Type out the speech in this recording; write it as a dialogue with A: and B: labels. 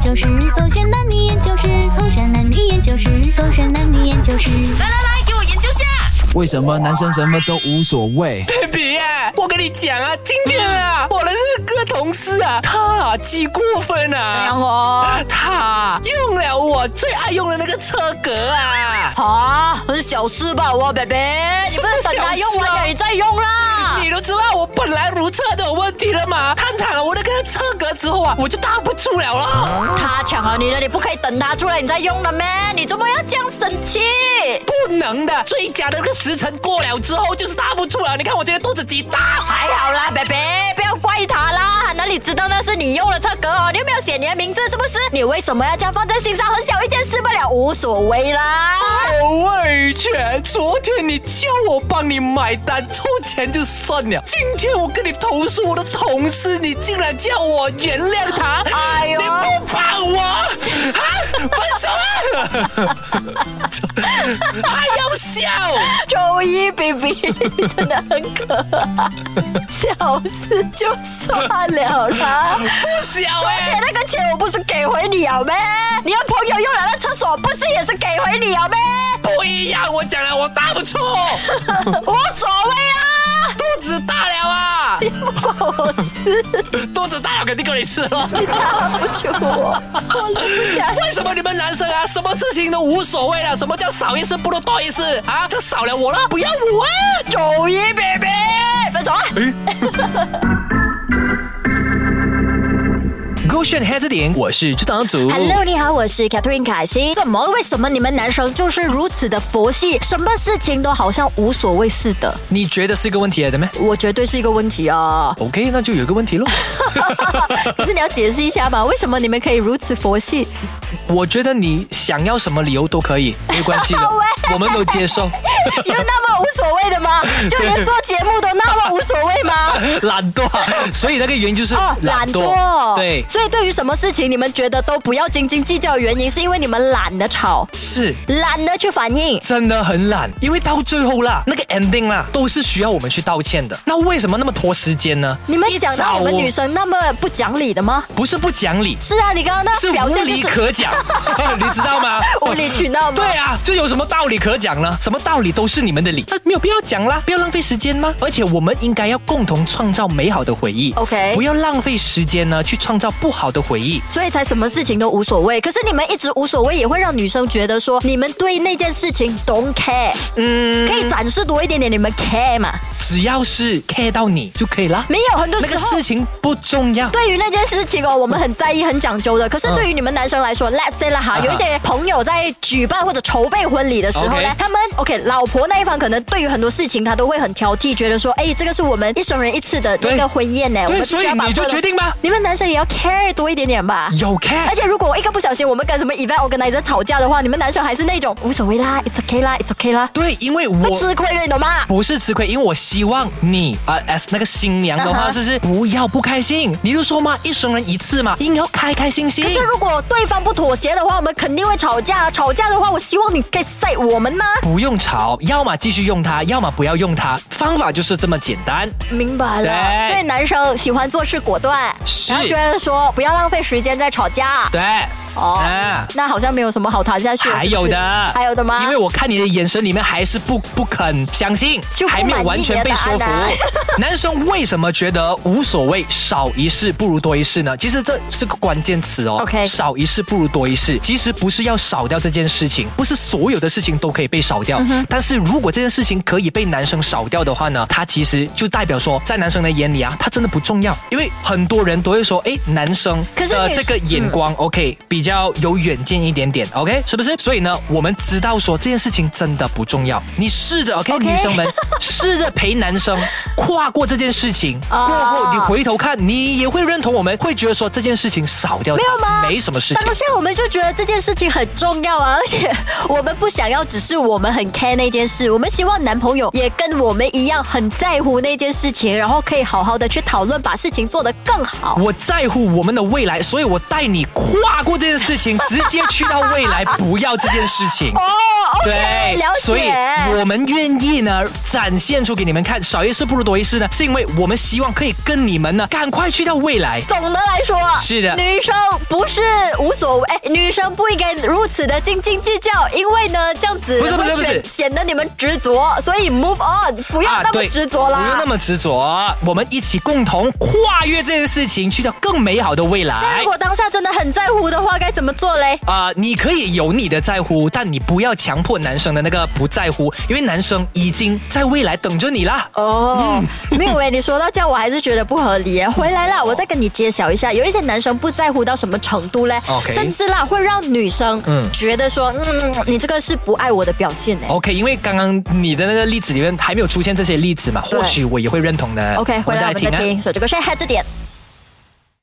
A: 究室，狗选男女研究室，狗选男女研究室，狗选男女研究室。
B: 来来来，给我研究下。
C: 为什么男生什么都无所谓？
D: baby 啊，我跟你讲啊，今天啊，我的那个同事啊，他啊极过分
B: 哎
D: 啊，
B: 我
D: 他啊用了我最爱用的那个车格啊，
B: 啊，很小事吧，我 baby，你不是等他用完了你再用啦。
D: 你都知道我本来如厕都有问题了嘛，探查了我那个车格之后啊，我就大不出了了，
B: 他抢了你的，你不可以等他出来你再用了咩？你怎么要这样生气？
D: 不能的，最佳的那个时辰过了之后就是大不出了，你看我今天肚子几大。
B: 还好啦，baby，不要怪他啦，他哪里知道那是你用了这格哦？你又没有写你的名字，是不是？你为什么要这样放在心上？很小一件事不了，无所谓啦。
D: 我魏全，昨天你叫我帮你买单凑钱就算了，今天我跟你投诉我的同事，你竟然叫我原谅他，
B: 哎呦
D: 你不帮我啊，分手啊，还要笑，
B: 周一 baby 真的很可 爱，小事就算了啦。
D: 不笑
B: 昨
D: 哎、
B: 天那个钱我不是给回你了咩？你的朋友用了那厕所，不是也是给回你了咩？
D: 不一样，我讲了我答不出，
B: 无所
D: 啊
B: 谓
D: 肚子大了
B: 啦，
D: 啊，
B: 不关我事，
D: 肚子大了肯定跟你吃了。
B: 你打不住我，我忍不下去。
D: 为什么你们男生啊，什么事情都无所谓了？什么叫少一事不如多一事啊？这少了我了，不要我啊！嗯
B: 周一 baby 分手啊！
D: 勾选黑字点，我是朱党主。
B: Hello，你好，我是 Catherine 凯西。怎么？为什么你们男生就是如此的佛系，什么事情都好像无所谓似的？
D: 你觉得是一个问题来的吗
B: 我绝对是一个问题啊！
D: ？OK，那就有一个问题喽。
B: 可是你要解释一下吧，为什么你们可以如此佛 系？
D: 我觉得你想要什么理由都可以，没关系的
B: 喂，
D: 我们都接受。
B: 有那么无所谓的吗？就连做节目都那么无所谓吗？
D: 懒惰，啊所以那个原因就是
B: 哦，
D: 懒
B: 懒
D: 惰。
B: 惰。
D: 对，
B: 所以对于什么事情你们觉得都不要斤斤计较，原因是因为你们懒得吵，
D: 是。
B: 懒得去反应。
D: 真的很懒，因为到最后啦，那个 ending 啦，都是需要我们去道歉的。那为什么那么拖时间呢？
B: 你们
D: 一
B: 讲到
D: 早
B: 你们
D: 哦
B: 女生那么不讲理的吗？
D: 不是不讲理，
B: 是啊，你刚 刚那
D: 是
B: 表
D: 无
B: 现就
D: 理
B: 是
D: 可讲，啊你知道吗？
B: 无理取闹吗
D: 对啊，这有什么道理可讲呢？什么道理都是你们的
B: 哦
D: 理，那没有必要讲啦，不要浪费时间吗？而且我们应该要共同创造美好的回忆
B: OK
D: 不要浪费时间呢去创造不好的回忆。
B: 所以才什么事情都无所谓。可是你们一直无所谓，也会让女生觉得说你们对那件事情 don't care。嗯，可以展示多一点点你们 care 嘛？
D: 只要是 care 到你就可以啦，
B: 没有，很多
D: 那
B: 时
D: 个
B: 候。
D: 事情不重要。
B: 对于那件事情哦，我们很在意、很讲究的。可
D: 嗯
B: 是对于你们男生来说、l e t s say 啦
D: 啊
B: 哈，有一些朋友在举办或者筹备婚礼的时候呢
D: OK
B: 他们 OK，老婆那一方可能对于很多事情他都会很挑剔，觉得说，哎，这个是我们一生人一次的那个
D: 对
B: 婚宴呢，我们
D: 对，
B: 必须
D: 所以
B: 要把
D: 你就
B: 做得
D: 决定嗯吧，
B: 你们男生也要 care 多一点点吧。
D: 有 care
B: 而。且如果我一个不小心，我们跟什么 event organizer 吵架的话，你们男生还是那种无所谓啦，it's okay 啦，it's okay 啦，
D: 对，因为
B: 会
D: 我
B: 吃亏的，你懂吗？
D: 不是吃亏，因为我希望你啊、呃、，as 那个新娘的
B: 啊
D: 话，
B: 哈
D: 是不是不要不开心？你就说嘛，一生人一次嘛，应该要开开心心
B: 可。是如果对方不妥协的话，我们肯定会吵架。啊吵架的话，我希望你可以塞我们吗？
D: 不用吵，要么继续用它，要么不要用它，方法就是这么简单。
B: 明白了。
D: 对
B: 所以男生喜欢做事果断，
D: 是
B: 然后觉得说不要浪费时间在吵架。
D: 对，
B: 哦
D: 啊，
B: 那好像没有什么好谈下去了。
D: 还
B: 是不是
D: 有的，
B: 还有的吗？
D: 因为我看你的眼神里面还是不不肯相信
B: 就，不满
D: 还
B: 意
D: 没有完全被说
B: 你的
D: 服
B: 答 案啊。
D: 男生为什么觉得无所谓，少一事不如多一事呢？其实这是个关键词哦。
B: OK
D: 少一事不如多一事，其实不是要少掉这件事情，不是所有的事情都可以被少掉。但是如果这件事情可以被男生少掉的话呢，他其实就代表说，在男生的眼里啊，他真的不重要，因为很多人都会说，哎，男生嗯
B: 可是
D: 的
B: 女
D: 这个眼光、OK，比较有远见一点点，OK，是不是？所以呢，我们知道说这件事情真的不重要，你试着 OK，,
B: OK
D: 女生们 试着陪男生跨过这件事情，
B: 哦
D: 过后你回头看，你也会认同我们，会觉得说这件事情少掉它
B: 没有吗？
D: 没什么事情
B: 当。下我们就觉得这件事情很重要啊， 而且我们不想要只是我们很 care 那件事，我们希望男朋友也跟我们一样很在乎那件事情，然后可以好好的去讨论，把事情做得更好。
D: 我在乎我们的未来，所以我带你跨过这件
C: 件 事情，直接去到未来，不要这件事情。
B: 哦 OK，
C: 对，
B: 了解
C: 所以我们愿意呢展现出给你们看，少一事不如多一事呢，是因为我们希望可以跟你们呢赶快去到未来。
B: 总的来说，
C: 是的
B: 女生不是无所谓，哎，女生不应该如此的斤斤计较，因为呢，这样子
C: 不是不是
B: 会
C: 不是
B: 显显得你们执着，所以 move on，不要那么
C: 啊对
B: 执着啦。
C: 不用那么执着，我们一起共同跨越这件事情，去到更美好的未
B: 那
C: 来
B: 如。果当下真的很在乎的话，该怎么做嘞？
C: 啊、你可以有你的在乎，但你不要强迫男生的那个不在乎，因为男生已经在未来等着你啦。
B: 哦，没有哎，你说到这样，我还是觉得不合理耶。回来
C: 哦
B: 啦，我再跟你揭晓一下，有一些男生不在乎到什么程度嘞
C: OK
B: 甚至啦会让女生
C: 嗯哦
B: 觉得说，嗯，你这个是不爱我的表现哎。
C: OK，因为刚刚你的那个例子里面还没有出现这些例子嘛，
B: 对
C: 或许我也会认同的。
B: OK，回来我们再
C: 啊
B: 听，所以这个是 head 这点。